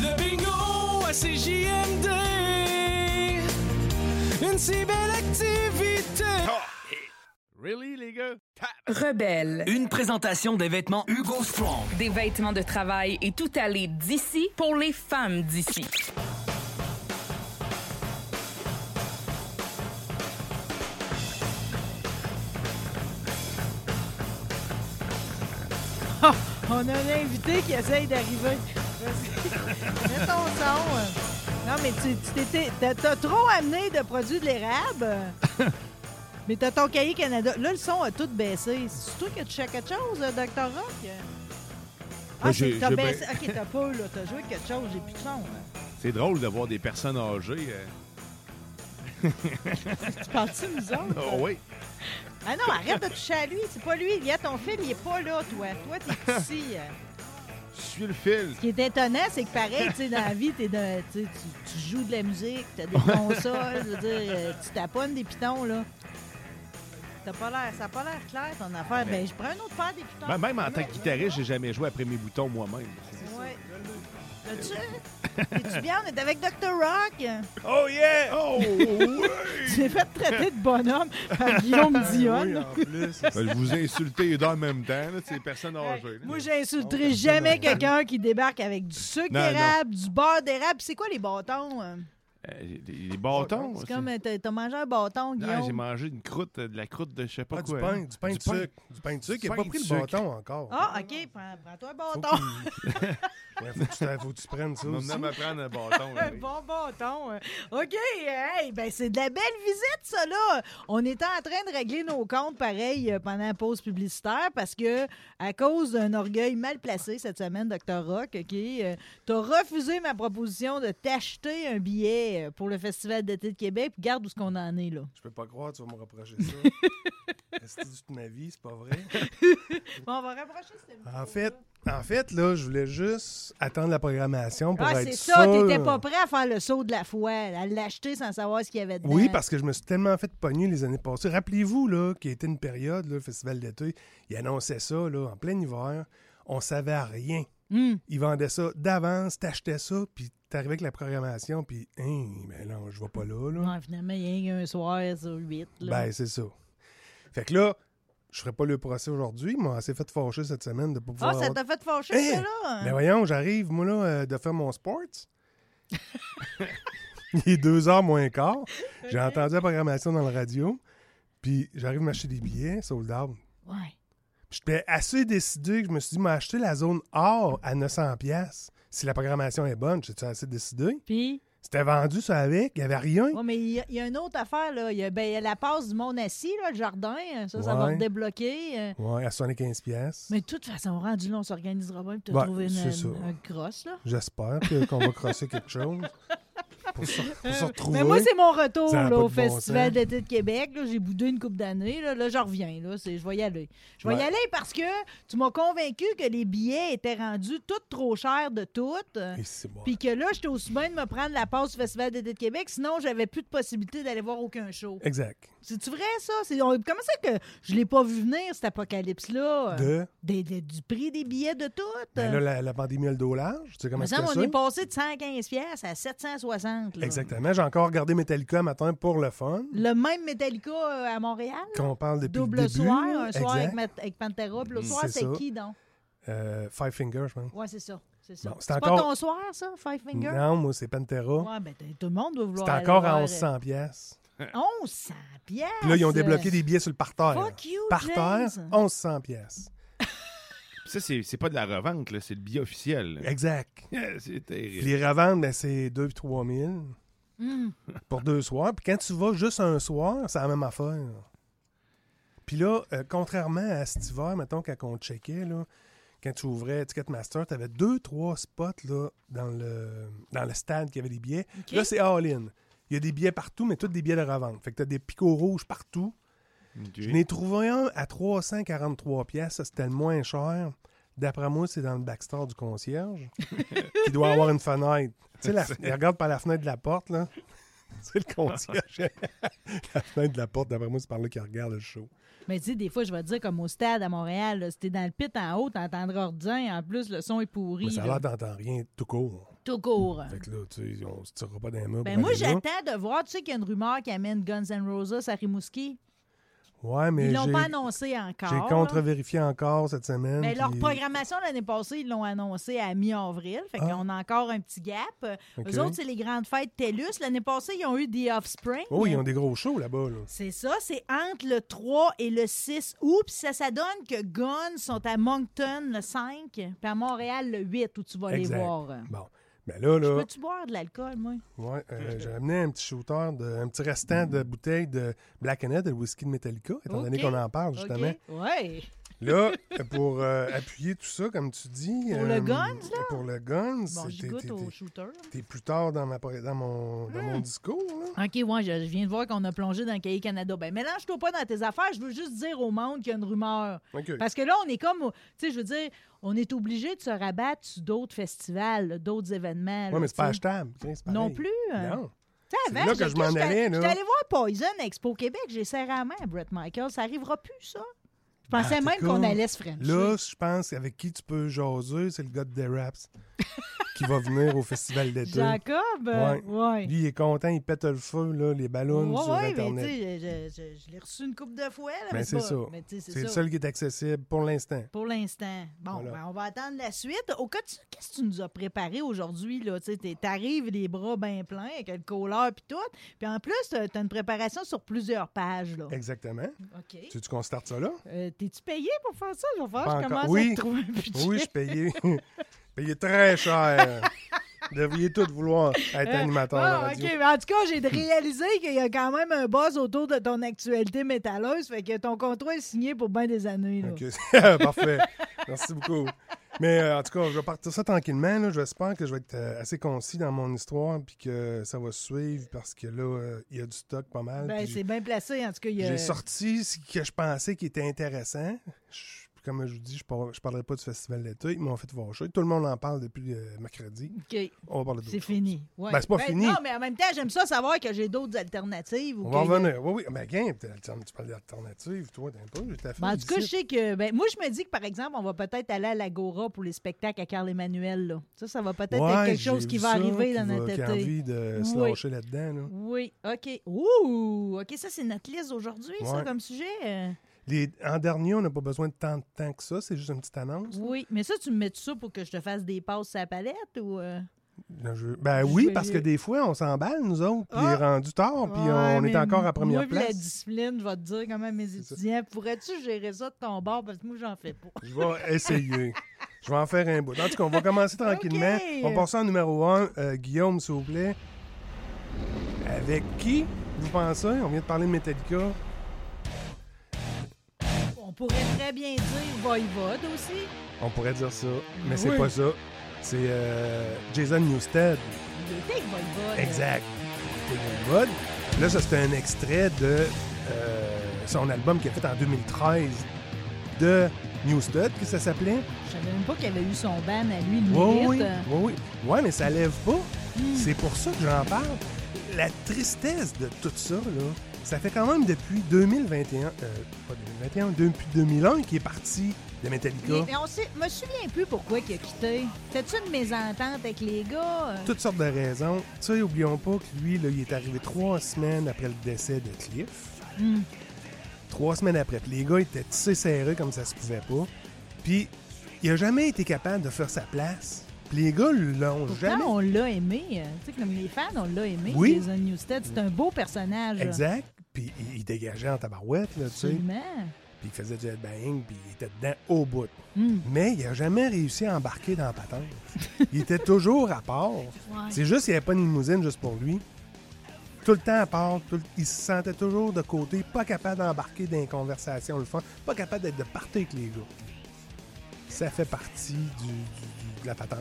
Le bingo à CJMD. Une si belle activité. Really, les gars? Rebelle. Une présentation des vêtements Hugo Strong. Des vêtements de travail et tout aller d'ici pour les femmes d'ici. On a un invité qui essaye d'arriver. Vas-y. Mets ton son. Non, mais tu tu t'étais. t'as- T'as trop amené de produits de l'érable. mais t'as ton cahier Canada. Là, le son a tout baissé. C'est toi qui as touché à quelque chose, euh, Docteur Rock? Ah, Moi, c'est j'ai- que t'as j'ai ben- baissé. Ok, t'as pas, là. T'as joué quelque chose, j'ai plus de son. là. C'est drôle de voir des personnes âgées. euh. Tu parles-tu, de nous autres? Oh, oui. Ah non, arrête de toucher à lui. C'est pas lui. Il y a ton fil, il est pas là, toi. Toi, t'es ici. euh. Je suis le fil. Ce qui est étonnant, c'est que pareil, tu sais, dans la vie, t'es dans- tu, sais, tu- tu joues de la musique, t'as des consoles, je veux dire, euh, tu taponnes des pitons, là. T'as pas l'air, ça a pas l'air clair, ton affaire. Ben, je prends un autre paire des pitons. Ben, même en tant que guitariste, j'ai jamais joué après mes boutons moi-même. Ouais. T'as-tu? T'es-tu bien? On est avec Dr. Rock. Oh, yeah! Oh, oui! J'ai fait traiter de bonhomme par Guillaume Ah Oui, Dion. en plus. Ben, je vous ai insulté les deux en même temps, là, ces personnes âgées. là. Moi, j'insulterai jamais quelqu'un qui débarque avec du sucre Non, non. d'érable, du beurre d'érable. C'est quoi les bâtons? hein? Euh, les, les bâtons. C'est aussi. comme, euh, t'as t'as mangé un bâton, Non, j'ai Guillaume. mangé une croûte, euh, de la croûte de je sais pas Ah, du quoi. pain, du pain de sucre. Du pain de sucre. Il n'a pain pas de pris le sucre. bâton encore. Ah, OK, prends- prends-toi un Faut bâton. que- Ouais, faut, que tu te- faut que tu prennes ça On aussi. venait me prendre un bâton. là. Un bon bâton. hein. OK. Hey, ben c'est de la belle visite, ça, là. On était en train de régler nos comptes, pareil, euh, pendant la pause publicitaire, parce que à cause d'un orgueil mal placé cette semaine, Dr. Rock, OK, euh, t'as refusé ma proposition de t'acheter un billet euh, pour le Festival d'été de Québec. Puis Regarde où ce qu'on en est, là. Je peux pas croire que tu vas me reprocher ça. C'est toute ma vie, c'est pas vrai. Bon, on va rapprocher ce micro-là. En fait, en fait, là, je voulais juste attendre la programmation pour Ah, être c'est ça, sûr. t'étais pas prêt à faire le saut de la foi, à l'acheter sans savoir ce qu'il y avait dedans. Oui, parce que je me suis tellement fait pogner les années passées. Rappelez-vous là, qu'il y a été une période, là, le festival d'été, il annonçait ça là, en plein hiver. On savait à rien. Hmm. Ils vendaient ça d'avance, t'achetais ça, puis t'arrivais avec la programmation, puis hein, ben non, je vais pas là. là. Ouais, finalement, il y a un soir sur huit. là. Ben, c'est ça. Fait que là, je ferai pas le procès aujourd'hui. Moi, assez fait fâcher cette semaine de pas pouvoir. Ah, ça avoir- t'a fait fâcher, Hein? ça, là? Ben voyons, j'arrive, moi, là, euh, de faire mon sports. Il est deux heures moins quart. J'ai entendu la programmation dans la radio. Puis j'arrive à m'acheter des billets, sold out. Ouais. Puis J'étais assez décidé que je me suis dit, m'acheter la zone or à 900 pièces Si la programmation est bonne, j'étais assez décidé. Puis, C'était vendu, ça, avec. Il n'y avait rien. ouais, mais il y, a- il y a une autre affaire, là. Il y a, ben, il y a la passe du monde assis, là, le jardin. Ça, ça va Ouais. redébloquer. euh. Ouais, à 75 pièces Mais de toute façon, rendu là, on s'organisera bien. Puis, t'as Ouais, trouvé une, Ben, c'est ça. une- un cross, là. J'espère que- qu'on va crosser quelque chose pour se, pour se retrouver. Mais moi, c'est mon retour Ça a là, pas de au bon Festival sens. d'été de Québec. Là, J'ai boudé une coupe d'années. Là, là je reviens. Là, C'est- je vais y aller. Je vais y Ouais. aller parce que tu m'as convaincu que les billets étaient rendus tout trop chers de toutes. Et c'est bon. Puis que là, j'étais aussi bien de me prendre la passe du Festival d'été de Québec, sinon j'avais plus de possibilité d'aller voir aucun show. Exact. C'est-tu vrai, ça? C'est- on- comment ça que je l'ai pas vu venir, cet apocalypse-là? euh, De. des- des- du prix des billets de toutes? Ben là, la, la pandémie a le dos large. Tu sais Il me comment semble c'est qu'on ça? est passé de 115 pièces à 760. là. Exactement. J'ai encore regardé Metallica matin pour le fun. Le même Metallica euh, à Montréal? Qu'on parle depuis Double le début. soir, un soir avec, Exact. Mat- avec Pantera, puis l'autre Mm. soir, C'est c'est ça. qui donc? euh, Five Finger, je pense. Ouais, c'est ça. C'est ça. Bon, c'est c'est encore- pas ton soir, ça, Five Finger? Non, moi, c'est Pantera. Ouais, ben, t- tout le monde doit vouloir. C'est aller encore voir, à euh, 1100 piastres. 1100 piastres! euh, Puis là, ils ont débloqué des billets sur le parterre. là. Fuck you, Par James. terre, 1100 piastres. Ça, c'est c'est pas de la revente, là, c'est le billet officiel. là. Exact. c'est Puis terrible. les revendre, ben, c'est 2 puis 3 000 Hmm. pour deux soirs. Puis quand tu vas juste un soir, c'est la même affaire. Puis là, euh, contrairement à cet hiver, mettons, quand on checkait, là, quand tu ouvrais Ticketmaster, tu avais deux, trois spots là, dans, le, dans le stade qui avait des billets. OK. Là, c'est all-in. Il y a des billets partout, mais tous des billets de revente. Fait que tu as des picots rouges partout. Je n'ai trouvé un à 343 pièces, ça, c'était le moins cher. D'après moi, c'est dans le backstore du concierge qui doit avoir une fenêtre. Tu sais, la- il regarde par la fenêtre de la porte, là. C'est le concierge. la fenêtre de la porte, d'après moi, c'est par là qu'il regarde le show. Mais tu sais, des fois, je vais te dire, comme au stade à Montréal, là, si t'es dans le pit en haut, t'entendras ordin. En plus, le son est pourri. Mais ça a là. l'air t'entends rien tout court. Tout court. Fait que là, tu sais, on se tirera pas d'un mur. Ben moi, j'attends de voir. Tu sais qu'il y a une rumeur qui amène Guns N' Roses à Rimouski. Ouais, mais ils l'ont j'ai- pas annoncé encore. J'ai là. contre-vérifié encore cette semaine. Mais Ben, leur puis- programmation l'année passée, ils l'ont annoncé à mi-avril. Fait Ah. qu'on a encore un petit gap. Ok. Eux autres, c'est les grandes fêtes TELUS. L'année passée, ils ont eu The Offspring. Oh, ils ont des gros shows là-bas. Là. C'est ça, c'est entre le 3 et le 6 août. Puis ça, ça donne que Guns sont à Moncton le 5, puis à Montréal le 8, où tu vas Exact. les voir. euh. Bon. Ben là, Je là. peux-tu boire de l'alcool, moi? Ouais, euh, j'ai amené un petit shooter, de, un petit restant de bouteille de Black Head, le whisky de Metallica, étant Ok. donné qu'on en parle justement. OK. Ouais. Là, pour euh, appuyer tout ça, comme tu dis. euh, Pour le Guns, là? Pour le Guns. Bon, c'est- j'y t'es- goûte t'es- au Hmm. t'es- shooter, là. T'es plus tard dans, ma, dans, mon, dans mon discours, là. OK, ouais, je, je viens de voir qu'on a plongé dans le cahier Canada. Ben, mélange-toi pas dans tes affaires. Je veux juste dire au monde qu'il y a une rumeur. OK. Parce que là, on est comme. au- Tu sais, je veux dire, on est obligé de se rabattre sur d'autres festivals, là, d'autres événements. là, Ouais, mais c'est pas tu sais. achetable. tiens, c'est Non pareil. plus. hein. Non. Tu sais, C'est avant, là que j'étais- je m'en j'étais- allais, là. J'étais allé voir Poison à Expo Québec. J'ai serré la main à Brett Michael. Ça arrivera plus, ça. Je pensais En même tout qu'on cas, allait se frencher. Ah, Là, je pense avec qui tu peux jaser, c'est le gars de The Raps qui va venir au festival d'été. Jacob, euh, Ouais. ouais. Lui, il est content, il pète le feu, là, les ballons Ouais, sur ouais, Internet. mais tu sais, je, je- je- je l'ai reçu une couple de fois. là, Ben, mais c'est pas- ça. mais tu sais, C'est le seul qui est accessible pour l'instant. Pour l'instant. Bon, Voilà. ben, on va attendre la suite. Au cas, tu- qu'est-ce que tu nous as préparé aujourd'hui? là? Tu sais, t'es- T'arrives les bras bien pleins avec le couleur puis tout. Puis en plus, t'as t'as une préparation sur plusieurs pages. Là. Exactement. OK. Tu veux qu'on starte ça là? Euh, T'es-tu payé pour faire ça? Ah, Je vais faire, Pas je encore. commence à oui. te trouver un budget. Oui, je suis payé. payé très cher. Vous devriez tous vouloir être Euh, animateur bon, de radio. OK, mais en tout cas, j'ai réalisé qu'il y a quand même un buzz autour de ton actualité métalleuse. Fait que ton contrat est signé pour bien des années. Là. OK. Parfait. Merci beaucoup. Mais euh, en tout cas, je vais partir ça tranquillement. là. J'espère que je vais être euh, assez concis dans mon histoire puis que ça va suivre parce que là, euh, il y a du stock pas mal. Ben, puis c'est bien placé. En tout cas, il y a- J'ai sorti ce que je pensais qui était intéressant. Je- comme je vous dis, je ne parlerai pas du festival d'été. Ils m'ont fait vacher. Tout le monde en parle depuis euh, mercredi. OK. On va parler d'autre C'est chose. fini. Ouais. Ben, c'est pas Ben, fini. Non, mais en même temps, j'aime ça savoir que j'ai d'autres alternatives. ou On va que- revenir. Oui, oui. Mais game, t'as l'alternative- tu parles d'alternative, toi, t'as pas. J'étais Ben, en tout cas, je sais que. ben, moi, je me dis que, par exemple, on va peut-être aller à l'Agora pour les spectacles à Carl-Emmanuel. là. Ça, ça va peut-être être quelque chose qui va arriver dans notre Qui a été. envie de se Oui. lâcher là-dedans. là. Oui, OK. Ouh! OK, ça, c'est notre liste aujourd'hui, ça, Ouais. comme sujet. euh. Les- En dernier, on n'a pas besoin de tant de temps que ça. C'est juste une petite annonce. Oui, mais ça, tu me mets ça pour que je te fasse des passes à la palette ou. euh? Là, je- Ben Je oui, vais parce que lire. des fois, on s'emballe, nous autres, puis il Ah! est rendu tard, puis Ouais, on mais est encore à moi, première vu la place. discipline, je vais te dire comment mes étudiants. Pourrais-tu gérer ça de ton bord? Parce que moi, j'en fais pas. Je vais essayer. Je vais en faire un bout. En tout cas, on va commencer tranquillement. Ok. On passe en numéro 1. Guillaume, s'il vous plaît. Avec qui, vous pensez? On vient de parler de Metallica. On pourrait très bien dire Voivode aussi. On pourrait dire ça, mais c'est Oui. pas ça. C'est euh, Jason Newsted. Il était avec Voivode. Exact. C'est le mode. Là, ça, c'est un extrait de euh, son album qu'il a fait en 2013 de Newsted, que ça s'appelait. Je savais même pas qu'il avait eu son ban à lui, le Oui, oui, mérite. oui, oui. Ouais, mais ça lève pas. Hmm. C'est pour ça que j'en parle. La tristesse de tout ça, là, ça fait quand même depuis 2021, euh, pas 2021, depuis 2001 qu'il est parti de Metallica. Il- mais on sait, me souviens plus pourquoi il a quitté. T'as-tu une mésentente avec les gars? euh? toutes sortes de raisons. Tu sais, oublions pas que lui, là, il est arrivé trois semaines après le décès de Cliff. Hmm. Trois semaines après. Puis les gars étaient tissés serrés comme ça se pouvait pas. Puis Il a jamais été capable de faire sa place. Puis les gars l'ont Pourtant, jamais. on l'a aimé. euh, Tu sais, comme les fans, on l'a aimé. Oui. Jason Newsted, c'est un beau personnage. Exact. Puis il, il dégageait en tabarouette, là, tu sais. Absolument. Puis il faisait du headbang, puis il était dedans au bout. Mais il n'a jamais réussi à embarquer dans la patente. il était toujours à part. C'est juste qu'il n'y avait pas une limousine juste pour lui. Tout le temps à part, tout le- il se sentait toujours de côté, pas capable d'embarquer dans les conversations, le fond, pas capable d'être de partie avec les gars. Ça fait partie du- du- du- de la patente.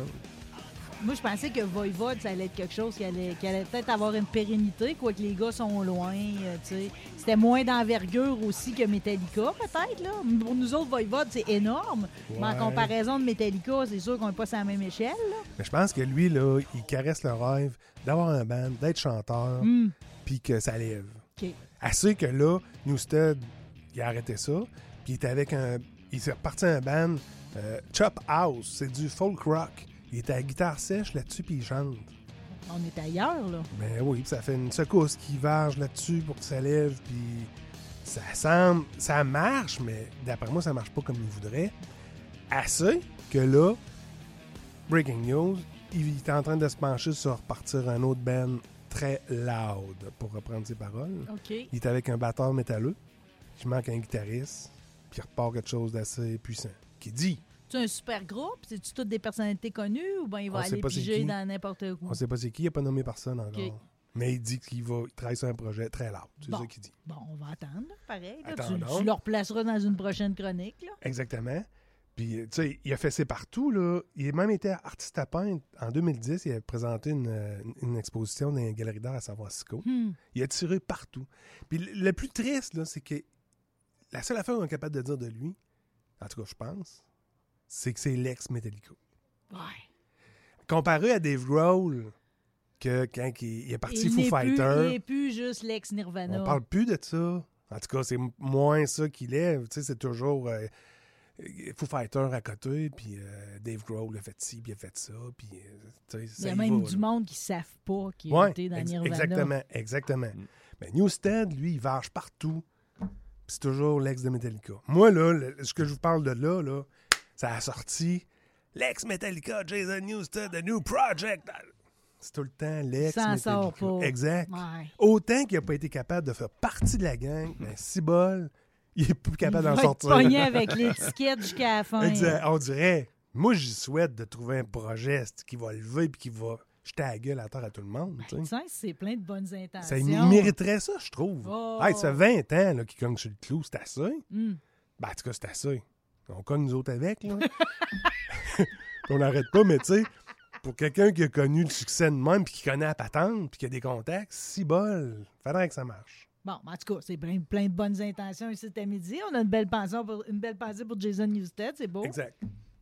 Moi, je pensais que Voivode, ça allait être quelque chose qui allait, qui allait peut-être avoir une pérennité, quoi que les gars sont loin, euh, tu sais. C'était moins d'envergure aussi que Metallica, peut-être, là. Pour nous autres, Voivode, c'est énorme. Mais en Ouais. comparaison de Metallica, c'est sûr qu'on n'est pas sur la même échelle, là. Mais je pense que lui, là, il caresse le rêve d'avoir un band, d'être chanteur, Mm. puis que ça lève. OK. Assez que là, Newstead, il a arrêté ça, puis il était avec un. Il s'est reparti un band, euh, Chop House, c'est du folk rock. Il était à la guitare sèche là-dessus, puis il chante. On est ailleurs, là. Mais oui, puis ça fait une secousse qui varge là-dessus pour que ça lève, puis ça semble. Ça marche, mais d'après moi, ça marche pas comme il voudrait. Assez que là, Breaking news, il est en train de se pencher sur repartir un autre band très loud, pour reprendre ses paroles. OK. Il est avec un batteur métalleux, qui manque un guitariste, puis il repart quelque chose d'assez puissant. Qui dit, C'est un super groupe, c'est-tu toutes des personnalités connues ou bien il va On sait aller pas c'est piger qui. dans n'importe où? on sait pas c'est qui, il n'a pas nommé personne encore. Ok. Mais il dit qu'il va il travaille sur un projet très loud. C'est Bon. ça qu'il dit. Bon, on va attendre, là, pareil. là. Attends tu, donc. tu le replaceras dans une prochaine chronique, là. Exactement. Puis, euh, tu sais, il a fait ses partout, là. Il a même été artiste à peindre. En 2010, il a présenté une, euh, une exposition dans les galeries d'art à San Francisco. Hmm. Il a tiré partout. Puis le, le plus triste, là, c'est que la seule affaire qu'on est capable de dire de lui, en tout cas, je pense, c'est que c'est l'ex Metallica. Comparé à Dave Grohl, que quand il, il est parti Il Foo n'est plus- il Fighter, n'est plus juste l'ex-Nirvana. on parle plus de ça. En tout cas, c'est m- moins ça qu'il est. Tu sais, c'est toujours euh, euh, Foo Fighter à côté, puis euh, Dave Grohl a fait ci, puis il a fait ça, puis euh, tu sais, Il ça y a y même va, du là. monde qui ne savent pas qu'il Ouais, était dans ex- Nirvana. Exactement, exactement. Mais Newstead, lui, il varge partout. Puis C'est toujours l'ex de Metallica. Moi, là, le- ce que je vous parle de là, là ça a sorti l'ex Metallica, Jason Newstead, The New Project. C'est tout le temps l'ex Ça en Metallica. sort pas. Exact. Ouais. Autant qu'il n'a pas été capable de faire partie de la gang, mais si bol, il n'est plus capable d'en va être sortir. pogné avec l'étiquette jusqu'à la fin. Exact. On dirait, moi, j'y souhaite de trouver un projet c'est- qui va lever et qui va jeter la gueule à terre à tout le monde. tu sais. Tu sens que c'est plein de bonnes intentions. Ça il mériterait ça, je trouve. Oh. Hey, ça fait 20 ans là, qu'il cogne sur le clou, c'est assez. Hmm. Ben, en tout cas, c'est assez. On cogne nous autres avec, là. Puis on n'arrête pas, mais tu sais, pour quelqu'un qui a connu le succès de même, puis qui connaît la patente, puis qui a des contacts, si bol, faudrait que ça marche. Bon, en tout cas, c'est plein, plein de bonnes intentions ici à midi. On a une belle pensée pour, une belle pensée pour Jason Newsted, c'est beau. Exact.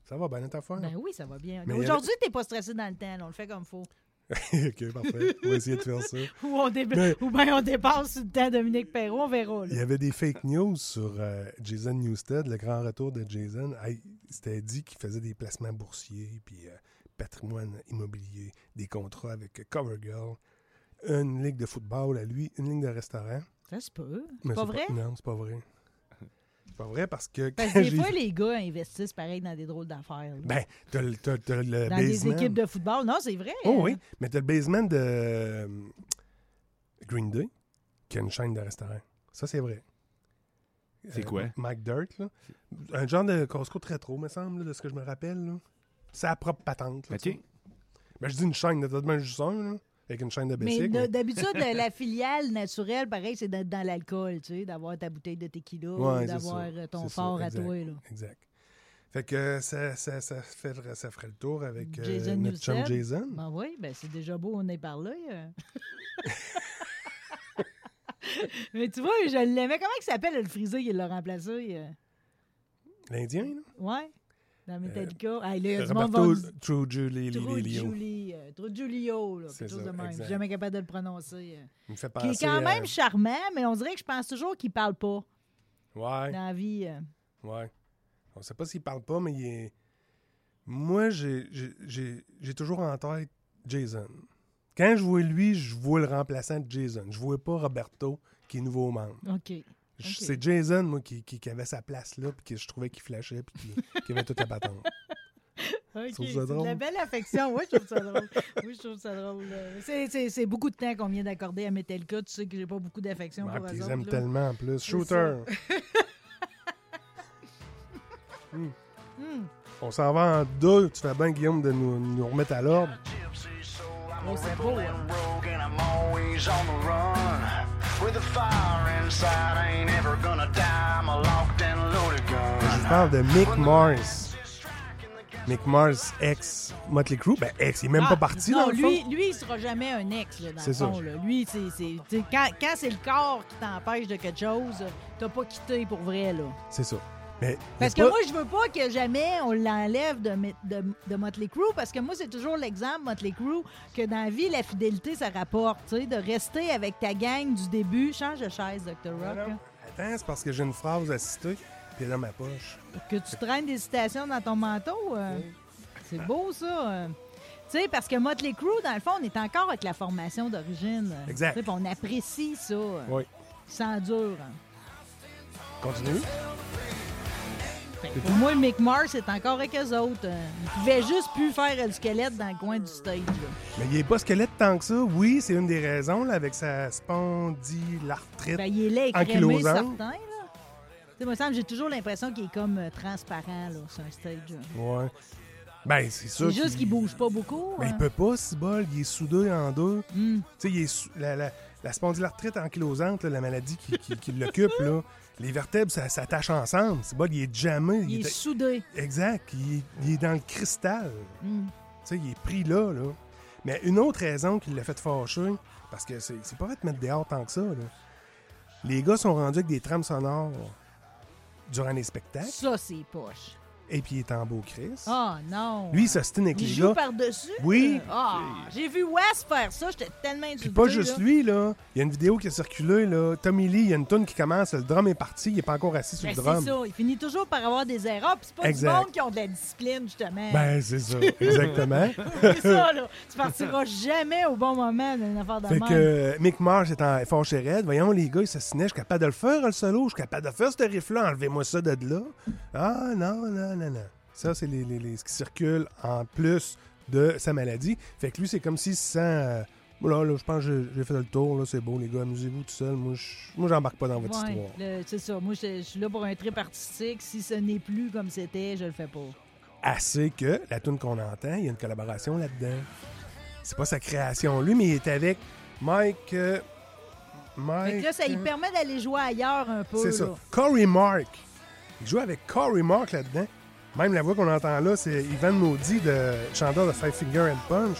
Ça va bien notre affaire? Oh. Ben oui, ça va bien. Mais Aujourd'hui, t'es pas stressé dans le temps, là, on le fait comme faut. OK, parfait. On va essayer de faire ça. Ou, on dé- Mais- ou bien on dépasse sur le temps Dominique Perrault, on verra. là. Il y avait des fake news sur euh, Jason Newsted, le grand retour de Jason. Hey, C'était dit qu'il faisait des placements boursiers, puis euh, patrimoine immobilier, des contrats avec euh, CoverGirl, une ligue de football à lui, une ligne de restaurant. Ça se peut. Mais C'est pas vrai? Non, c'est pas vrai. C'est pas vrai parce que. Parce que quand des j'ai- fois, les gars investissent pareil dans des drôles d'affaires. là. Ben, t'as le, t'as- t'as le dans des basement. équipes de football. Non, c'est vrai. Oh oui, mais t'as le basement de euh, Green Day, qui a une chaîne de restaurants. Ça, c'est vrai. C'est Euh, quoi? Mike Dirt, là. Un genre de Costco rétro, me semble, là, de ce que je me rappelle. là. C'est la propre patente. là, Ok. tu sais. Ben, je dis une chaîne, t'as peut-être juste un, là, avec une chaîne de Mais basic. de- mais- d'habitude, la, la filiale naturelle, pareil, c'est d'être dans l'alcool, tu sais, d'avoir ta bouteille de tequila, ou Ouais, c'est d'avoir ça, euh, ton c'est ça, fort à exact, toi. Là. Exact. Fait que euh, ça, ça, ça, fait le- ça ferait le tour avec euh, Jason notre chum Newsted. Jason. Ben oui, ben c'est déjà beau, on est par là. euh. Mais tu vois, je l'aimais. Comment il s'appelle le frisé qui l'a remplacé? euh? L'Indien, là. Ouais, dans Metallica. Ah, là, il y a du monde Euh, Roberto va- Trujillo. Trou Julie, euh, Trou Giulio, là, C'est quelque chose ça, de même. Je exact. suis jamais capable de le prononcer. euh. Il me fait Qui penser est quand à- même charmant, mais on dirait que je pense toujours qu'il parle pas Ouais. dans la vie. euh. Ouais. On sait pas s'il parle pas, mais il est. Moi, j'ai- j'ai j'ai- j'ai toujours en tête Jason. Quand je vois lui, je vois le remplaçant de Jason. Je vois pas Roberto, qui est nouveau membre. OK. Je- Ok. C'est Jason, moi, qui, qui- qui avait sa place là, puis que je trouvais qu'il flashait, puis qui, qui avait toute la patente. Ok, trouve ça c'est de drôle. la belle affection. Oui, je trouve ça drôle. Oui, je trouve ça drôle. Euh, C'est, c'est- c'est beaucoup de temps qu'on vient d'accorder à Metallica. Tu sais que j'ai pas beaucoup d'affection Ouais, pour Ah, puis eux ils autres, aiment là. tellement en plus. C'est Shooter! Hmm. Hmm. On s'en va en deux. Tu fais bien, Guillaume, de nous, nous remettre à l'ordre. Oh, c'est beau, hein? Always on the run. With a fire inside, I ain't ever gonna die. I'm a locked and loaded gun. Je parle de Mick Mars. Mick Mars, ex Motley Crue. Ben, ex, il est même Ah, pas parti, non, dans le lui, fond. lui, il sera jamais un ex, là, dans C'est le ça. fond. là. Lui, c'est, c'est- tu sais, quand, quand c'est le corps qui t'empêche de quelque chose, t'as pas quitté pour vrai, là. C'est ça. Mais Parce c'est que pas- moi, je veux pas que jamais on l'enlève de, Met- de, de Motley Crue, parce que moi, c'est toujours l'exemple, Motley Crue, que dans la vie, la fidélité, ça rapporte, tu sais, de rester avec ta gang du début. Change de chaise, Dr. Rock. hein. Attends, c'est parce que j'ai une phrase à citer, puis elle est dans ma poche. Que tu traînes des citations dans ton manteau, euh, c'est beau, ça. euh. Tu sais, parce que Motley Crue, dans le fond, on est encore avec la formation d'origine. Exact. Tu sais, puis on apprécie ça. euh, Oui. Sans dur. hein. Continue. Pour moi, Mick Mars est encore avec eux autres. euh. Il pouvait juste plus faire le squelette dans le coin du stage. là. Mais il est pas squelette tant que ça. Oui, c'est une des raisons, là, avec sa spondylarthrite. Ben, il est laid, écrémé, ankylosante. certain. Là. Tu sais, moi, Sam, j'ai toujours l'impression qu'il est comme euh, transparent là, sur un stage. là. Ouais. Ben, c'est sûr. C'est juste qu'il bouge pas beaucoup. hein. Mais Ben, Hmm. il peut pas, si bol. Il est soudé en deux. Tu sais, il est sou- la, la, la spondylarthrite ankylosante, là, la maladie qui, qui- qui l'occupe, là. Les vertèbres ça- s'attachent ensemble. C'est bol, il est jamais. Il est soudé. Exact. Il est, il est dans le cristal. Mm. Tu sais, il est pris là, là. Mais une autre raison qui l'a fait fâcher, parce que c'est c'est pas vrai de mettre dehors tant que ça, là. Les gars sont rendus avec des trames sonores durant les spectacles. Ça, c'est poche. Et puis il est en beau Chris. Ah non. Lui, il s'ostine avec Il les joue gars. par-dessus. Oui. Ah, j'ai vu Wes faire ça. J'étais tellement Puis insultée. pas juste là. lui, là. Il y a une vidéo qui a circulé, là. Tommy Lee, il y a une tune qui commence, le drum est parti, il est pas encore assis sur Ben, le c'est drum. ça. Il finit toujours par avoir des erreurs. Puis c'est pas Exact. du monde qui ont de la discipline, justement. Ben, c'est ça, exactement. c'est ça, là. Tu partiras jamais au bon moment d'une affaire de Fait même. que euh, Mick Mars est en fort chez Red. Voyons, les gars, ils s'assinaient. Je suis capable de le faire, le solo. Je suis capable de faire ce riff-là. Enlevez-moi ça de là. Ah, non, non, non, non. Ça, c'est les, les- les- ce qui circule en plus de sa maladie. Fait que lui, c'est comme s'il se sent. euh, Voilà, là, je pense que j'ai- j'ai fait le tour. là, C'est beau, les gars. Amusez-vous tout seul. Moi, je- moi, j'embarque pas dans votre Ouais, histoire. le- c'est ça. Moi, je, je suis là pour un trip artistique. Si ce n'est plus comme c'était, je le fais pas. Assez que la tune qu'on entend, il y a une collaboration là-dedans. C'est pas sa création, lui, mais il est avec Mike. euh, Mike. Fait que là, ça lui euh, permet d'aller jouer ailleurs un peu. C'est ça. là. Corey Mark. Il joue avec Corey Mark là-dedans. Même la voix qu'on entend là, c'est Ivan Maudit, de chanteur de Five Finger and Punch.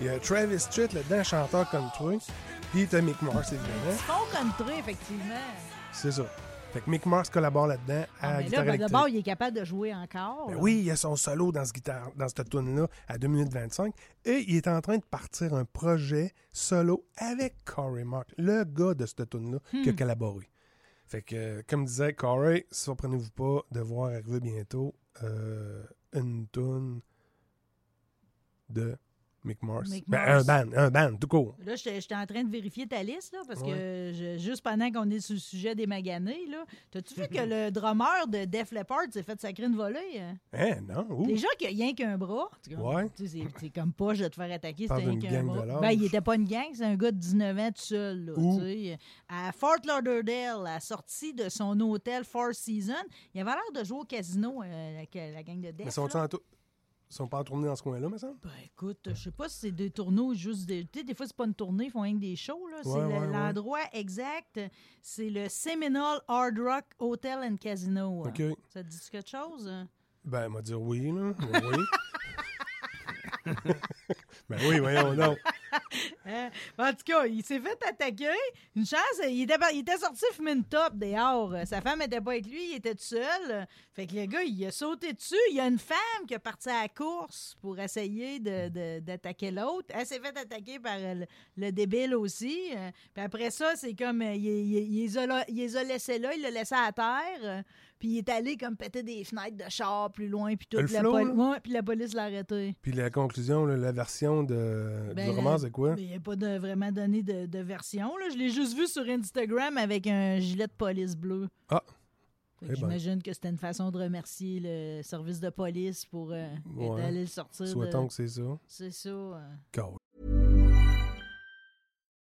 Il y a Travis Tritt là-dedans, chanteur country. Puis t'as Mick Mars, évidemment. Bon country, effectivement. C'est ça. Fait que Mick Mars collabore là-dedans à Mais là, guitare ben, électrique. d'abord, il est capable de jouer encore. Oh, Ben là. oui, il y a son solo dans, ce guitare, dans cette tune là à 2 minutes 25. Et il est en train de partir un projet solo avec Corey Mark, le gars de cette tune là qui a Hmm. collaboré. Fait que, euh, comme disait Corey, surprenez-vous pas de voir arriver bientôt euh, une tune de Mick Mars. Mick Ben, Mars. un band, un band, tout court. Là, j'étais j'étais en train de vérifier ta liste, là, parce Ouais. que je- juste pendant qu'on est sur le sujet des maganés, là, t'as-tu vu que le drummer de Def Leppard s'est fait sacrer une volée? hein? Eh, non, ouh. Déjà qu'il n'y a rien qu'un bras. tu comprends? Ouais. Tu sais, C'est c'est comme poche de te faire attaquer, Parle c'était rien d'une qu'un gang de bras. lâches. Ben, il n'était pas une gang, c'est un gars de 19 ans tout seul. là, Où? tu sais. À Fort Lauderdale, à la sortie de son hôtel Four Seasons, il avait l'air de jouer au casino, euh, la, la gang de Def. Mais sont-ils là. en tou- sont pas en tournée dans ce coin-là, me semble? Ben, écoute, je sais pas si c'est des tourneaux ou juste des. Tu sais, des fois, c'est pas une tournée, ils font rien que des shows. là. c'est Ouais, ouais, le- ouais. l'endroit exact. C'est le Seminole Hard Rock Hotel and Casino. OK. Ça te dit quelque chose? Ben, elle m'a dit oui, là. Ben Oui. ben oui, voyons donc. Hein? En tout cas, il s'est fait attaquer. Une chance, il était, par- il était sorti fumer une top dehors. Euh, Sa femme n'était pas avec lui, il était tout seul. Euh, Fait que le gars, il a sauté dessus. Il y a une femme qui est partie à la course pour essayer de- de- d'attaquer l'autre. Elle s'est fait attaquer par euh, le, le débile aussi. Euh, Puis après ça, c'est comme, euh, il, il- il les a la- il les a laissés là, il l'a laissé à terre. Euh, Puis il est allé comme péter des fenêtres de char plus loin. Puis tout. Le Puis la flow, poli- là? Ouais, puis la police l'a arrêté. Puis la conclusion, là, la version de, Ben, Euh, du roman, la- c'est quoi? ben, Il n'y a pas de, vraiment donné de, de version. Là. Je l'ai juste vu sur Instagram avec un gilet de police bleu. Ah! Fait que Eh ben. J'imagine que c'était une façon de remercier le service de police pour euh, Ouais. aider à aller le sortir. de- Souhaitons que c'est ça. C'est ça. euh.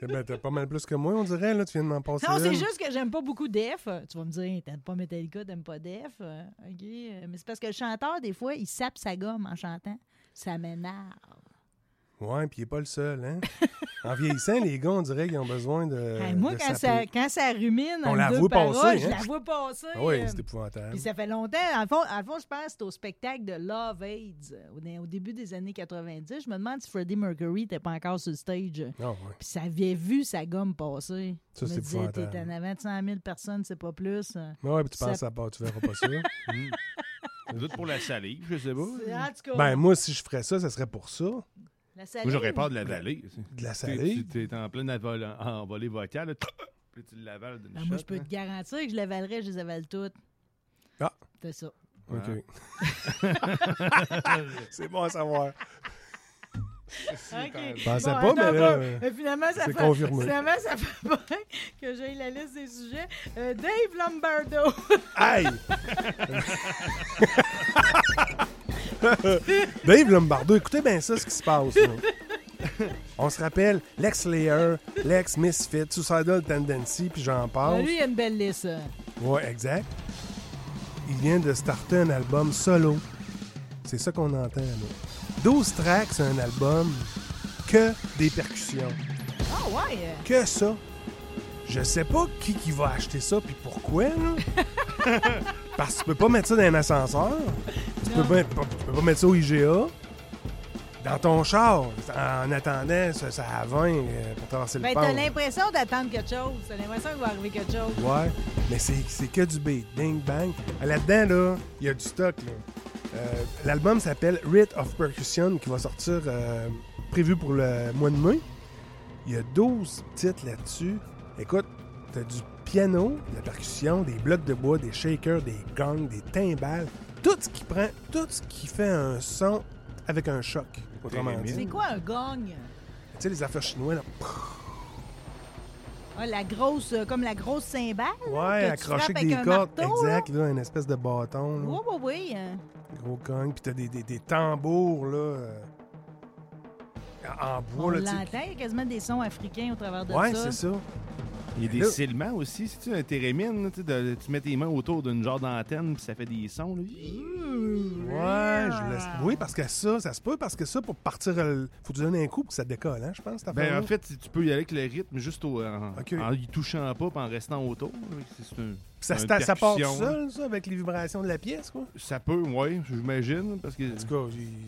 Eh ben, T'as pas mal plus que moi, on dirait. Là. Tu viens de m'en passer Non, c'est une. juste que j'aime pas beaucoup Def. Tu vas me dire, t'aimes pas Metallica, t'aimes pas Def. Euh, OK. Euh, Mais c'est parce que le chanteur, des fois, il sape sa gomme en chantant. Ça m'énerve. Ouais, puis il est pas le seul. Hein? en vieillissant, les gars, on dirait qu'ils ont besoin de. Hey, moi, de quand ça, saper. quand ça rumine Euh, On en la deux voit paroles, passer, je hein? la vois passer. Ah oui, euh, c'est épouvantable. Puis ça fait longtemps. En fond, en fond, je pense que c'est au spectacle de Love AIDS euh, au, au début des années 90. Je me demande si Freddie Mercury n'était pas encore sur le stage. euh, Ah ouais. Puis ça avait vu sa gomme passer. Ça, Je me c'est disais, épouvantable. T'es en avant de 100 000 personnes, c'est pas plus. euh, Mais Ah ouais, puis tu ça- penses à part, tu verras pas ça. Mm. Sans doute pour la salive, je sais C'est- pas. en tout cas, ben, moi, si je ferais ça, ça serait pour ça. la Moi, salive. j'aurais peur de l'avaler. De la Tu sais, salive? Tu es en pleine avol- en- envolée vocale, là, puis tu l'avales d'une Ben, moi, shot, je peux hein. te garantir que je l'avalerais, je les avale toutes. Ah. C'est ça. OK. Ah. c'est bon à savoir. OK. Je pensais Bah, pas, mais attends, là, bon. euh, Mais finalement, ça c'est fait, confirmé. Finalement, ça fait pas que j'ai la liste des sujets. Euh, Dave Lombardo. Aïe! Dave Lombardo, écoutez bien ça, ce qui se passe. là. On se rappelle l'ex-Layer, l'ex-Misfit, Suicidal Tendency, puis j'en Ben, passe. lui, il a une belle liste. euh. Ouais, exact. Il vient de starter un album solo. C'est ça qu'on entend, là. 12 tracks, c'est un album que des percussions. Ah ouais. euh, Que ça. Je sais pas qui, qui va acheter ça puis pourquoi, là. Parce que tu peux pas mettre ça dans un ascenseur. Tu peux, pas, tu peux pas mettre ça au IGA. Dans ton char, en attendant, ça, ça à 20 euh, pour traverser Ben, le t'as pont. l'impression d'attendre quelque chose. T'as l'impression qu'il va arriver quelque chose. Ouais, mais c'est c'est que du beat. Ding, bang. Ah, Là-dedans, là, il y a du stock. là. Euh, L'album s'appelle Writ of Percussion qui va sortir euh, prévu pour le mois de mai. Il y a 12 titres là-dessus. Écoute, t'as du piano, de la percussion, des blocs de bois, des shakers, des gongs, des timbales. Tout ce qui prend, tout ce qui fait un son avec un choc, autrement dit. C'est Tu quoi un gong? sais, les affaires chinoises, là, Oh, Ah, la grosse, euh, comme la grosse cymbale. ouais, que tu frappes accrochées avec avec des un cordes. marteau, Exact, là, une espèce de bâton. là. Oui, oui, oui. euh, Gros cogne, puis t'as des, des, des tambours, là. euh, en On bois, là, tu sais. l'entend, il y a quasiment des sons africains au travers de ça. Ouais, c'est ça. Il y a des Là- ciment aussi. Si tu un térémine, là, tu sais, de- tu mets tes mains autour d'une genre d'antenne, puis ça fait des sons. là. Mmh. Ouais, je laisse. Ah. Oui, parce que ça, ça se peut, parce que ça, pour partir, le- faut que tu donnes un coup pour que ça décolle, hein, je pense, cette Ben, affaire-là. en fait, tu- tu peux y aller avec le rythme juste au- en, Ok. en y touchant pas puis en restant autour. C'est- c'est un- ça, un se ta- ça part percussion, hein. là. seul, ça, avec les vibrations de la pièce, quoi. Ça peut, oui, j'imagine. Parce que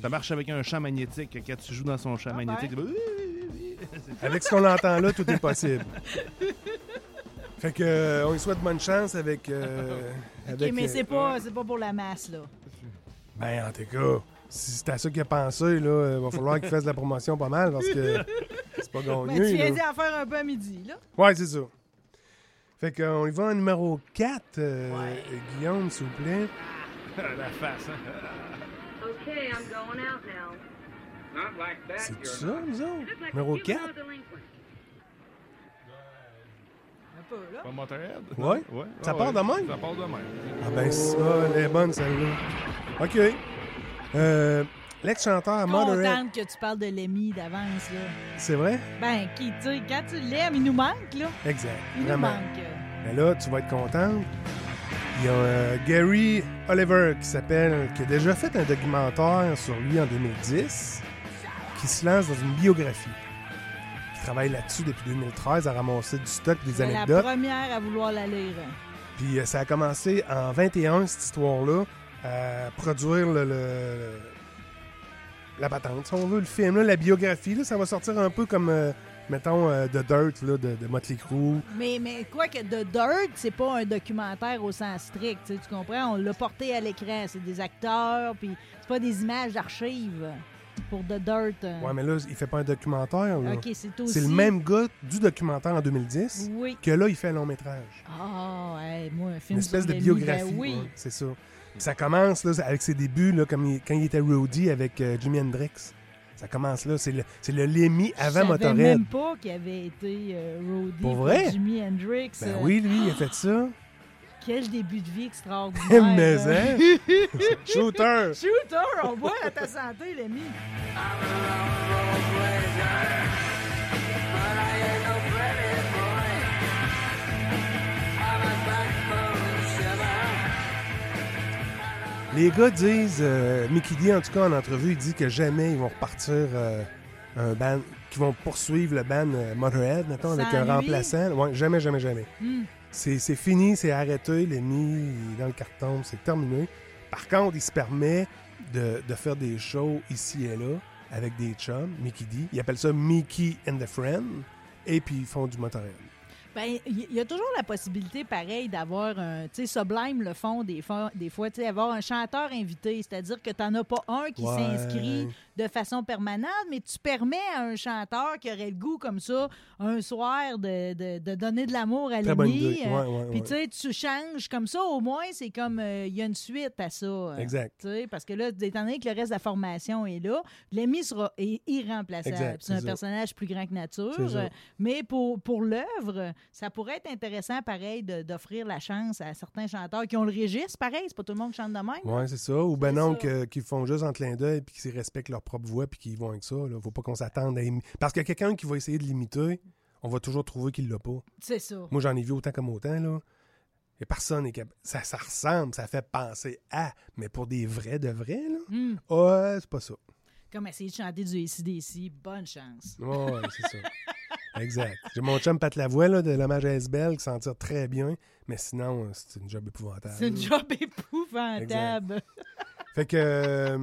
ça marche avec un champ magnétique. Quand tu joues dans son Ah, champ magnétique, ben. Avec ce qu'on entend là, tout est possible. Fait que, euh, on lui souhaite bonne chance avec. euh, OK, avec, mais euh, c'est pas, c'est pas pour la masse, là. Ben, en tout cas, si c'est à ça qu'il a pensé, là, euh, il va falloir qu'il fasse de la promotion pas mal parce que c'est pas Ben, gagné. tu viens là. d'y en faire un peu à midi, là. Ouais, c'est ça. Fait qu'on y va en numéro 4, Guillaume, s'il vous plaît. la face. hein. Okay, I'm going out now. Not like that. C'est ça, nous autres? Numéro 4? Un peu, là. Pas Motorhead? Ouais? Non? Ça Ah part de même? Oh. Ça part de même. Ah ben ça, elle est bonne celle-là. OK. Euh, L'ex-chanteur Motorhead. Contente que tu parles de Lemmy d'avance, là. C'est vrai? Ben, qui, tu sais, quand tu l'aimes, il nous manque, là. Exact. Il nous vraiment. manque. euh, Mais Ben là, tu vas être contente. Il y a euh, Gary Oliver qui s'appelle, qui a déjà fait un documentaire sur lui en 2010, qui se lance dans une biographie. Il travaille là-dessus depuis 2013 à ramasser du stock, des C'est la anecdotes. première à vouloir la lire. Puis euh, ça a commencé en 21, cette histoire-là, à produire le, le- la patente, si on veut, le film, là, la biographie. là, ça va sortir un peu comme, euh, mettons, euh, The Dirt là, de, de Motley Crue. Mais, mais quoi que The Dirt, c'est pas un documentaire au sens strict, tu sais, tu comprends? On l'a porté à l'écran, c'est des acteurs, puis c'est pas des images d'archives pour The Dirt. euh. Ouais, mais là, il fait pas un documentaire. là. Ok, c'est aussi- le même gars du documentaire en 2010 Oui. que là, il fait un long métrage. Ah, hey, moi, un Une film espèce sur de Lemmy, biographie. ben oui. ouais, c'est ça. Puis ça commence là, avec ses débuts, là, comme il- quand il était roadie avec euh, Jimi Hendrix. Ça commence là. C'est le, c'est le Lemmy avant Je savais Motorhead. même pas qu'il avait été euh, roadie Pour pour vrai? Jimi Hendrix. Ben euh, oui, lui, il a fait ça. Quel début de vie extraordinaire. Mais, hein. hein? Shooter! Shooter, on boit à ta santé, l'ami. Les gars disent, euh, Mickey D, en tout cas en entrevue, il dit que jamais ils vont repartir euh, un ban, qu'ils vont poursuivre le ban euh, Motorhead, mettons, Sans avec un lui? remplaçant. Ouais, jamais, jamais, jamais. Hmm. C'est c'est fini, c'est arrêté, il est mis dans le carton, c'est terminé. Par contre, il se permet de, de faire des shows ici et là avec des chums, Mickey D. Il appelle ça Mickey and the Friend, et puis ils font du Motorhead. Ben, il y- y a toujours la possibilité, pareil, d'avoir un. Tu sais, Sublime le font des fois, des fois tu sais, avoir un chanteur invité, c'est-à-dire que tu n'en as pas un qui Ouais. s'inscrit de façon permanente, mais tu permets à un chanteur qui aurait le goût, comme ça, un soir, de, de- de donner de l'amour à Très bonne l'ennemi. euh, idée. Ouais, ouais, Puis, ouais. tu sais, tu changes comme ça, au moins, c'est comme. euh, Il y a une suite à ça. euh, Exact. tu sais, parce que là, étant donné que le reste de la formation est là, l'ennemi sera est irremplaçable. Exact, C'est un c'est ça. personnage plus grand que nature. C'est ça. euh, mais pour, pour l'œuvre, ça pourrait être intéressant, pareil, de- d'offrir la chance à certains chanteurs qui ont le registre, pareil. C'est pas tout le monde qui chante de même. Ouais, c'est ça. Ou ben non, que- qu'ils font juste en clin d'œil puis qu'ils respectent leur propre voix puis qu'ils vont avec ça. Là. Faut pas qu'on s'attende à imi- Parce que quelqu'un qui va essayer de l'imiter, on va toujours trouver qu'il l'a pas. C'est ça. Moi, j'en ai vu autant comme autant, là. Et personne n'est capable. Ça, ça ressemble, ça fait penser à. Mais pour des vrais de vrais, là. ouais, c'est pas ça. Comme essayer de chanter du ACDC, bonne chance. Ouais, ouais, c'est ça. Exact. J'ai mon chum Pat Lavoie, là, de l'hommage à Isbel, qui s'en tire très bien. Mais sinon, euh, c'est une job épouvantable. C'est une job épouvantable. Fait que.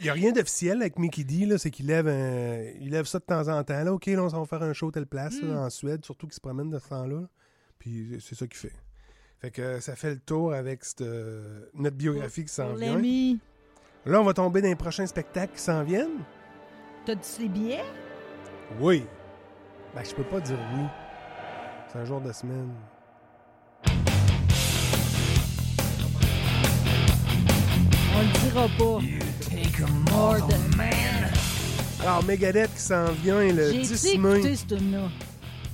Il n'y a rien d'officiel avec Mickey D, là, c'est qu'il lève, un- il lève ça de temps en temps. Là, OK, là, on s'en va faire un show telle place, là, Mm. en Suède, surtout qu'il se promène de ce temps-là. Puis euh, c'est ça qu'il fait. Fait que euh, ça fait le tour avec cette, euh, notre biographie qui s'en Pour vient. l'ami, Là, on va tomber dans les prochains spectacles qui s'en viennent. t'as-tu les billets? Oui. Ben, je peux pas dire oui. C'est un jour de semaine. On le dira pas. Mord. Alors, Megadeth qui s'en vient le J'ai 10 écouté mai. cette tune-là.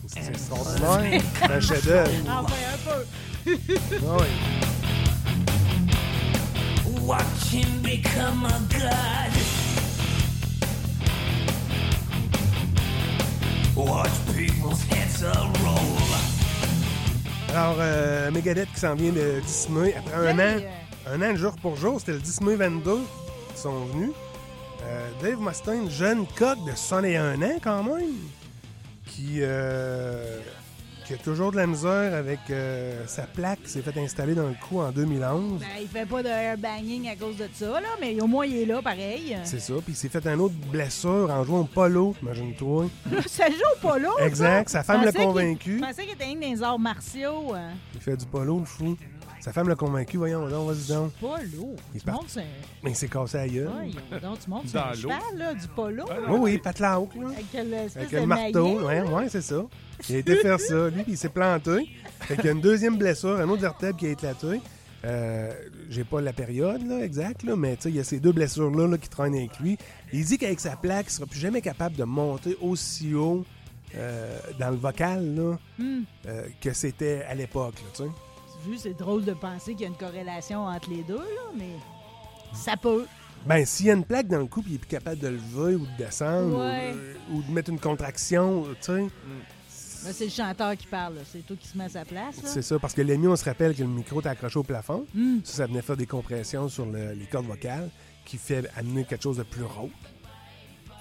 C'est extraordinaire. C'est un chef-d'œuvre. Enfin, un peu. Ah oui. Watch him become a god. Watch people's heads a roll. Alors, euh, Megadeth qui s'en vient le 10 mai, après un an, un an de jour pour jour, c'était le 10 mai 22 qui sont venus. Euh, Dave Mustaine, jeune coq de 61 ans quand même, qui, euh, qui a toujours de la misère avec euh, sa plaque qui s'est fait installer dans le cou en 2011. Ben, il fait pas de airbanging à cause de ça, là, mais au moins, il est là, pareil. C'est ça, puis il s'est fait un autre blessure en jouant au polo, imagine-toi. ça joue au polo, ça. Exact, sa femme l'a Pensais qu'il- convaincu. Je pensais qu'il était une des arts martiaux. hein. Il fait du polo, le fou. Sa femme l'a convaincu, voyons, donc, vas-y donc. Polo. Il Tu part- montes sur un- Mais il s'est cassé à gueule. Voyons donc, tu montes sur Dans un l'eau. Ah cheval, là, du polo. Oui, oui, Pat Larocque, là. Avec le espèce Avec de le marteau, maillet. ouais, ouais, c'est ça. Il a été faire ça, lui, puis il s'est planté. Fait qu'il y a une deuxième blessure, un autre vertèbre qui a éclaté. Euh, J'ai pas la période là, exacte, là, mais tu sais, il y a ces deux blessures-là là, qui traînent avec lui. Il dit qu'avec sa plaque, il sera plus jamais capable de monter aussi haut euh, dans le vocal là, Hmm. euh, que c'était à l'époque. là, tu sais. Tu vois, c'est drôle de penser qu'il y a une corrélation entre les deux, là, mais ça peut. Ben, s'il y a une plaque dans le cou puis il est plus capable de lever ou de descendre Ouais. ou, ou de mettre une contraction, tu sais. Ben, c'est le chanteur qui parle, là. c'est toi qui se met à sa place. là. C'est ça, parce que l'ennemi, on se rappelle que le micro est accroché au plafond. Mm. Ça, ça venait faire des compressions sur le- les cordes vocales qui fait amener quelque chose de plus rauque.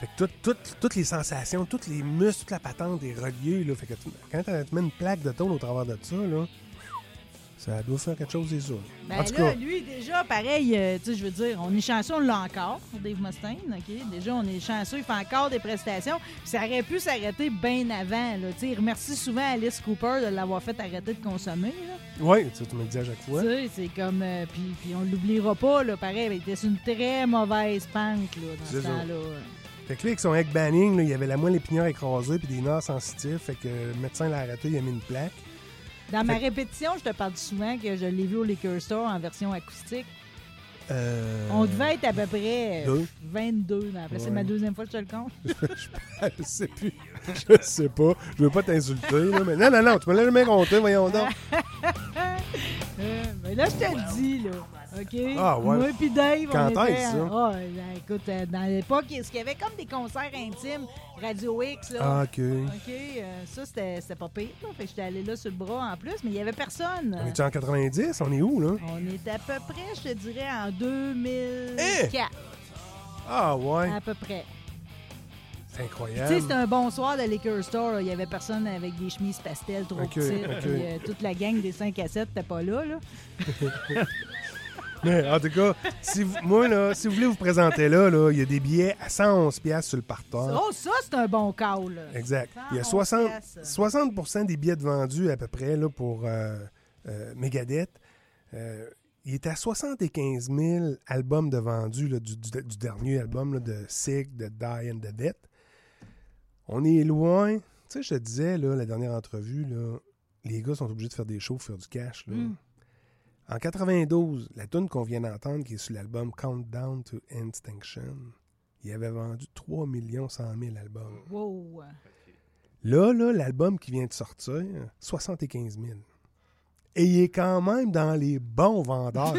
Fait que tout- tout- toutes les sensations, tous les muscles, toute la patente est reliée. Là. Fait que tu- quand t'as- tu mets une plaque de tôle au travers de ça, là, ça doit faire quelque chose, c'est sûr. Ben en là, tout cas, lui, déjà, pareil, euh, tu sais, je veux dire, on est chanceux, on l'a encore, Dave Mustaine, OK? Déjà, on est chanceux, il fait encore des prestations. Puis ça aurait pu s'arrêter bien avant, là. Tu sais, il remercie souvent Alice Cooper de l'avoir fait arrêter de consommer, là. ouais, tu, tu me le dis à chaque fois. Tu sais, c'est comme... euh, puis, puis on l'oubliera pas, là, pareil, ben, il était sur une très mauvaise pente, là, dans C'est ce ça. temps-là. Fait que là, avec son egg banning, là, il y avait la moelle épinière écrasée puis des nerfs sensitifs. Fait que le médecin l'a arrêté, il a mis une plaque. Dans ma répétition, je te parle souvent que je l'ai vu au Liquor Store en version acoustique. Euh, On devait être à peu près euh, deux. 22. mais Après, c'est Ouais. ma deuxième fois que je te le compte. je sais plus. Je sais pas. Je veux pas t'insulter, là, mais non, non, non, tu me l'as jamais compté, voyons donc. Euh, ben là, je te le dis, là. OK? Ah, ouais. Moi puis Dave, Quand on était... est-ce, ça? Ah, ben, écoute, euh, dans l'époque, ce qu'il y avait comme des concerts intimes, Radio X, là. Ah, OK. OK, euh, ça, c'était c'était pas pire, là. Fait que j'étais allée là sur le bras en plus, mais il y avait personne. On est en 90? On est où, là? On est à peu près, je te dirais, en Eh! 2004. Ah, ouais. À peu près. Tu C'est sais, incroyable. c'était un bon soir de Liquor Store. là. Il y avait personne avec des chemises pastel trop Ok, petites. ok. puis, euh, toute la gang des 5 à 7 n'était pas là, là. Mais en tout cas, si vous, moi, là, si vous voulez vous présenter là, là, il y a des billets à 111 piastres sur le parterre. Oh, ça, c'est un bon call. là. Exact. Il y a 111 60, piastres. 60 des billets de vendus à peu près là, pour euh, euh, Megadeth. Euh, il est à 75 000 albums de vendus là, du, du- du dernier album là, de Sick, de Die and the Death. On est loin. Tu sais, je te disais, là, la dernière entrevue, là, les gars sont obligés de faire des shows pour faire du cash. là. En 92, la tune qu'on vient d'entendre, qui est sur l'album Countdown to Extinction, il avait vendu 3 100 000 albums. Wow. Là, là, l'album qui vient de sortir, 75 000. Et il est quand même dans les bons vendeurs.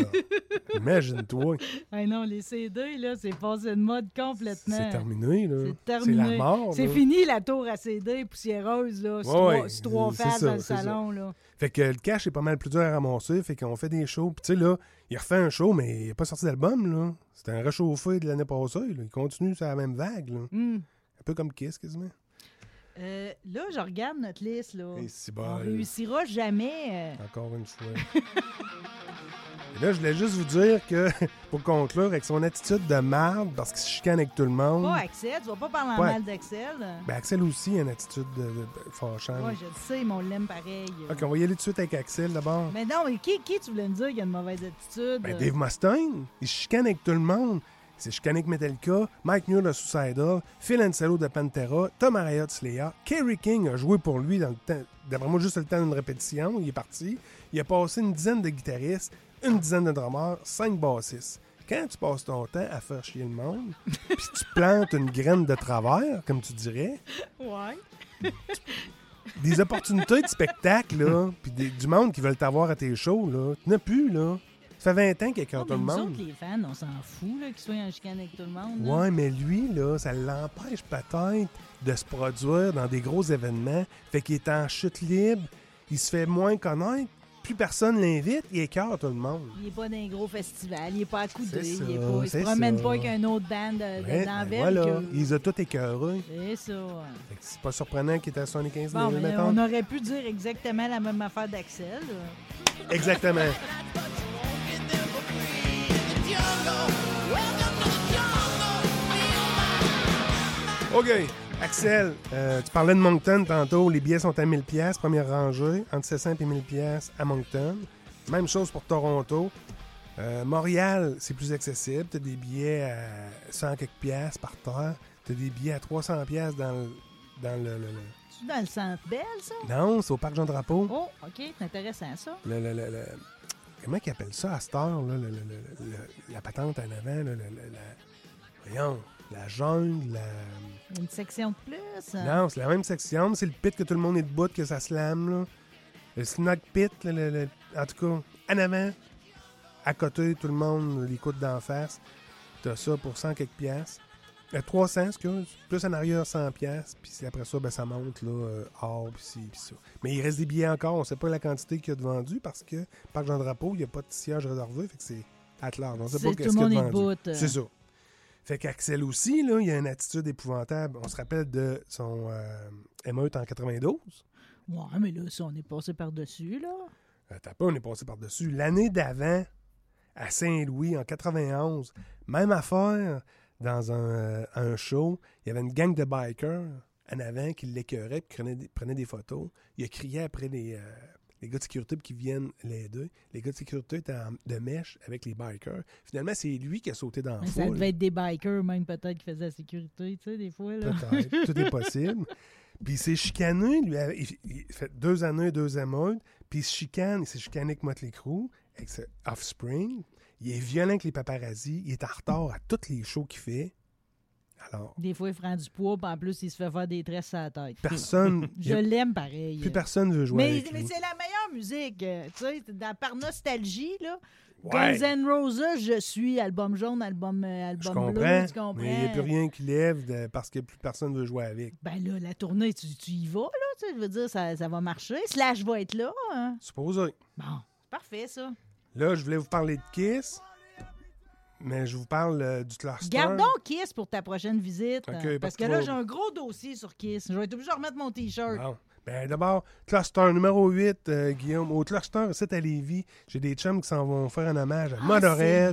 Imagine-toi. Ah non, les CD, là, c'est passé de mode complètement. C'est terminé, là. C'est terminé. la mort. C'est là. fini la tour à CD poussiéreuse, là. sur Ouais, trois- sur trois c'est fans ça, dans le c'est ça. salon, là. Fait que le cash est pas mal plus dur à ramasser. Fait qu'on fait des shows. Puis tu sais, là, il refait un show, mais il n'a pas sorti d'album, là. C'était un réchauffé de l'année passée, là. Il continue sur la même vague, là. Hmm. Un peu comme Kiss, quasiment. Euh, là, je regarde notre liste, là. Et c'est On bon. réussira jamais. euh, Encore une fois. Et là, je voulais juste vous dire que, pour conclure, avec son attitude de marde, parce qu'il se chicane avec tout le monde. Pas Axel, tu vas pas parler en Ouais. mal d'Axel. Ben, Axel aussi a une attitude de, de- fâchante. Moi, je le sais, mais on l'aime pareil. OK, on va y aller tout de suite avec Axel d'abord. Mais non, mais qui, qui tu voulais me dire qu'il a une mauvaise attitude? Ben, Dave Mustaine, il se chicane avec tout le monde. Il s'est chicané avec Metallica, Mike Muir de Suicidal, Phil Ansello de Pantera, Tom Araya de Slayer. Kerry King a joué pour lui dans le temps, d'après moi, juste le temps d'une répétition. Il est parti. Il a passé une dizaine de guitaristes, une dizaine de drummers, cinq bassistes. Quand tu passes ton temps à faire chier le monde, puis tu plantes une graine de travers, comme tu dirais, Ouais. des opportunités de spectacle, là, puis des- du monde qui veulent t'avoir à tes shows, là, tu n'as plus, là. Ça fait 20 ans qu'il y a Non, tout Ah, mais le nous monde. autres, les fans, on s'en fout là, qu'ils soient en chicane avec tout le monde. là. Ouais, mais lui, là, ça l'empêche peut-être de se produire dans des gros événements. Fait qu'il est en chute libre, il se fait moins connaître, plus personne l'invite, il écœure tout le monde. Il n'est pas dans un gros festival, il n'est pas à coudé, C'est ça, il ne se c'est promène ça. pas avec un autre band de, de, Ouais, dans ben la voilà, ville que- ils ont tout écœuré. C'est ça. Fait que C'est pas surprenant qu'il était à 75 000, Bon, ben, mettons. on aurait pu dire exactement la même affaire d'Axel. là. Exactement. OK. Axel, euh, tu parlais de Moncton tantôt. Les billets sont à 1000 pièces, première rangée, entre 700 et 1000 pièces à Moncton. Même chose pour Toronto. Euh, Montréal, c'est plus accessible. Tu as des billets à 100 quelques pièces par terre. Tu as des billets à 300 pièces dans le... Dans le, le- le- C'est dans le centre belle, ça? Non, c'est au Parc Jean-Drapeau. Oh, OK, c'est intéressant, ça. Le- le- le- le- Comment ils appellent ça à cette heure, là, le- le- le- le- la patente en avant, là, le- le- la... Voyons, la jungle, la... Une section de plus. Non, c'est la même section, mais c'est le pit que tout le monde est debout, que ça slame. Là. Le snack pit, le- le- le- en tout cas, en avant, à côté, tout le monde, les coudes d'en face. T'as ça pour 100 quelques piastres. Euh, 300, excuse, plus en arrière 100 piastres, puis c'est- après ça, ben, ça monte, là, euh, or, puis ci, puis ça. Mais il reste des billets encore, on sait pas la quantité qu'il y a de vendus, parce que, Parc Jean-Drapeau, il n'y a pas de siège réservé, fait que c'est à large, on sait C'est- pas tout qu'est-ce le qu'il y a monde de est vendu. bout, euh. C'est ça. Fait qu'Axel aussi, là, il a une attitude épouvantable. On se rappelle de son euh, émeute en 92. Ouais, mais là, ça, on est passé par-dessus, là. Euh, T'as pas, on est passé par-dessus. L'année d'avant, à Saint-Louis, en 91, même affaire, dans un, euh, un show, il y avait une gang de bikers en avant qui l'écœuraient puis prenaient des, prenaient des photos. Il a crié après les, euh, les gars de sécurité qui viennent les deux. Les gars de sécurité étaient en- de mèche avec les bikers. Finalement, c'est lui qui a sauté dans la Mais ça foule. devait être des bikers, même peut-être, qui faisaient la sécurité, tu sais, des fois. Là. Peut-être. Tout est possible. Puis il s'est chicané, lui, avec- il, il fait deux années, deux émeutes, puis il se chicane, il s'est chicané avec Motley Crue, avec ce Offspring. Il est violent avec les paparazzis, il est en retard à toutes les shows qu'il fait. Alors, Des fois, il prend du poids, puis en plus, il se fait faire des tresses à la tête. Personne- Je l'aime pareil. plus personne veut jouer mais, avec mais lui. c'est la meilleure musique. euh, Tu sais, dans- par nostalgie, là. Ouais. Guns N' Roses, je suis album jaune, album, euh, Je album bleu, comprends, tu comprends? mais il n'y a plus rien qui lève de- parce que plus personne veut jouer avec. Ben là, la tournée, tu, tu y vas, là. Tu sais, je veux dire, ça, ça va marcher. Slash va être là. hein. Supposons. C'est Parfait, ça. Là, je voulais vous parler de Kiss, mais je vous parle euh, du cluster. Gardons Kiss pour ta prochaine visite. Ok, hein, parce parce que que là, moi- j'ai un gros dossier sur Kiss. Je vais être obligé de remettre mon T-shirt. Bon. Ben, d'abord, cluster numéro 8, euh, Guillaume. Au cluster 7 à Lévis, j'ai des chums qui s'en vont faire un hommage à Ah, C'est Motorhead,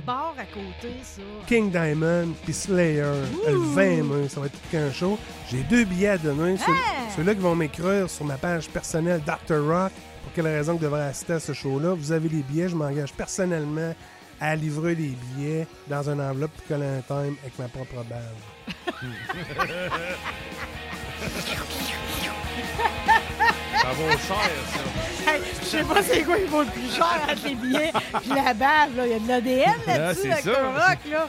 le bar à côté, ça. King Diamond, puis Slayer. Le 20 mai, ça va être tout qu'un show. J'ai deux billets à donner. Ceux- Ceux-là qui vont m'écrire sur ma page personnelle Dr. Rock, pour quelle raison que devraient assister à ce show-là, vous avez les billets. Je m'engage personnellement à livrer les billets dans une enveloppe puis coller un time avec ma propre base. Ça vaut cher, Hey, je sais pas c'est quoi qui vaut le plus cher entre les billets puis la bave. là. Il y a de l'ADN là-dessus Ah, avec c'est le ça. rock. Là.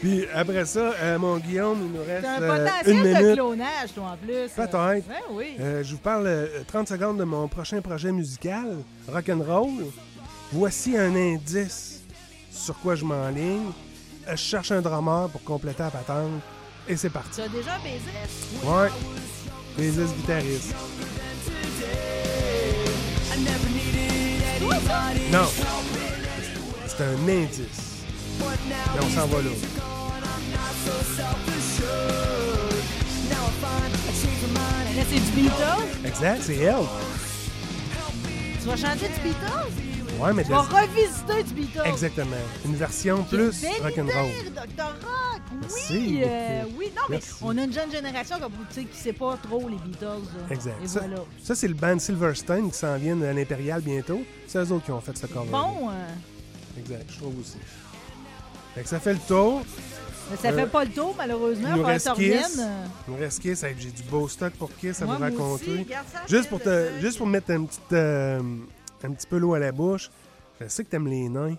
Puis après ça, euh, mon Guillaume, il nous reste T'as un euh, potentiel une de minute. clonage, toi, en plus. Peut-être. Ben oui. Euh, je vous parle euh, 30 secondes de mon prochain projet musical, Rock'n'Roll. Voici un indice sur quoi je m'enligne. Euh, Je cherche un drummer pour compléter la patente. Et c'est parti. Tu as déjà baisé? Ouais. Les ex guitaristes. Non. C'est un indice. Et on s'en va là. Là, c'est du Beatles. Exact, c'est elle. Tu vas chanter du Beatles? Ouais, mais Tu de- vas revisiter du Beatles. Exactement. Une version plus Belle rock'n'roll. idée, Dr. Rock, oui, Merci euh, beaucoup. oui, non, mais Merci. on a une jeune génération comme, tu sais, qui ne sait pas trop les Beatles. là. Exact. Et ça, voilà. ça, c'est le band Silverstein qui s'en vient à l'Impérial bientôt. C'est eux autres qui ont fait ce cover. Bon, euh, Exact, je trouve aussi. Fait que ça fait le tour. mais ça Euh, fait pas le tour, malheureusement. Il nous Ah, Faut que reste ça Kiss. revienne. euh, Il nous reste Kiss. Hey, J'ai du beau stock pour Kiss à Moi, vous moi raconter. aussi, garde ça, juste, pour Phil, te, juste pour mettre un petit, euh, un petit peu l'eau à la bouche, je sais que t'aimes les nains.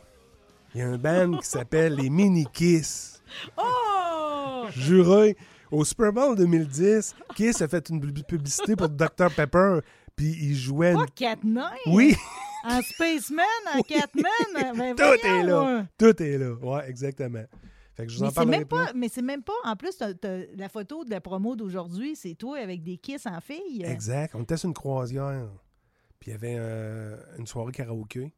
Il y a un band qui s'appelle les Mini Kiss. Oh! Juré, au Super Bowl 2010, Kiss a fait une pub- publicité pour Dr Pepper, puis il jouait... une- Pas Catman. Oui! En Spaceman, en Catman. Ben, Tout voyons, est ouais. là. Tout est là. Ouais, exactement. Fait que je vous Mais en c'est parlerai même pas, mais c'est même pas. En plus, t'as- t'as la photo de la promo d'aujourd'hui, c'est toi avec des kisses en fille. Exact. On était sur une croisière. Puis il y avait euh, une soirée karaoké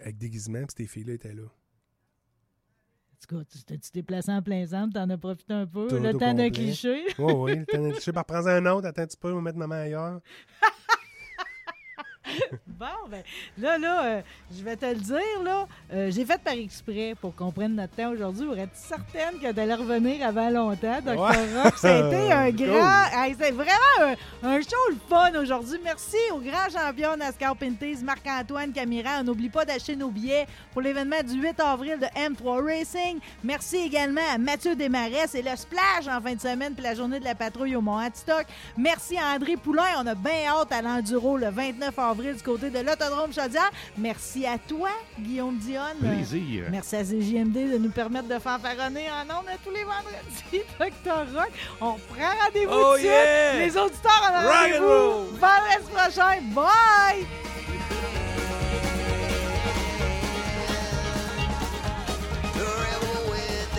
avec déguisement, puis ces filles-là étaient là. En tout cas, tu t'es- tu t'es placé en plein centre, t'en as profité un peu. Tout le au temps d'un complet. cliché. Oui, oui, le temps d'un cliché. Par prendre un autre, attends un petit peu, je vais mettre ma main ailleurs. Bon, ben, là, là, euh, je vais te le dire, là, euh, j'ai fait par exprès pour qu'on prenne notre temps aujourd'hui pour être certaine que t'allais revenir avant longtemps, Dr. Ouais. Rock. Ça a été un Cool. grand... Hey, c'est vraiment un, un show le fun aujourd'hui. Merci au grand champion NASCAR Pinties, Marc-Antoine Camiran. On n'oublie pas d'acheter nos billets pour l'événement du 8 avril de M3 Racing. Merci également à Mathieu Desmarais. C'est le splash en fin de semaine puis la journée de la patrouille au Mont-Antistock. Merci à André Poulain. On a bien hâte à l'Enduro le 29 avril du côté de l'Autodrome Chaudière. Merci à toi, Guillaume Dionne. Plaisir. Merci à CJMD de nous permettre de fanfaronner en ondes à tous les vendredis. Dr. Rock, on prend rendez-vous Oh, tout de suite. yeah! Les auditeurs, on a Rock and roll! rendez-vous vendredi prochain. Bye! The rebel with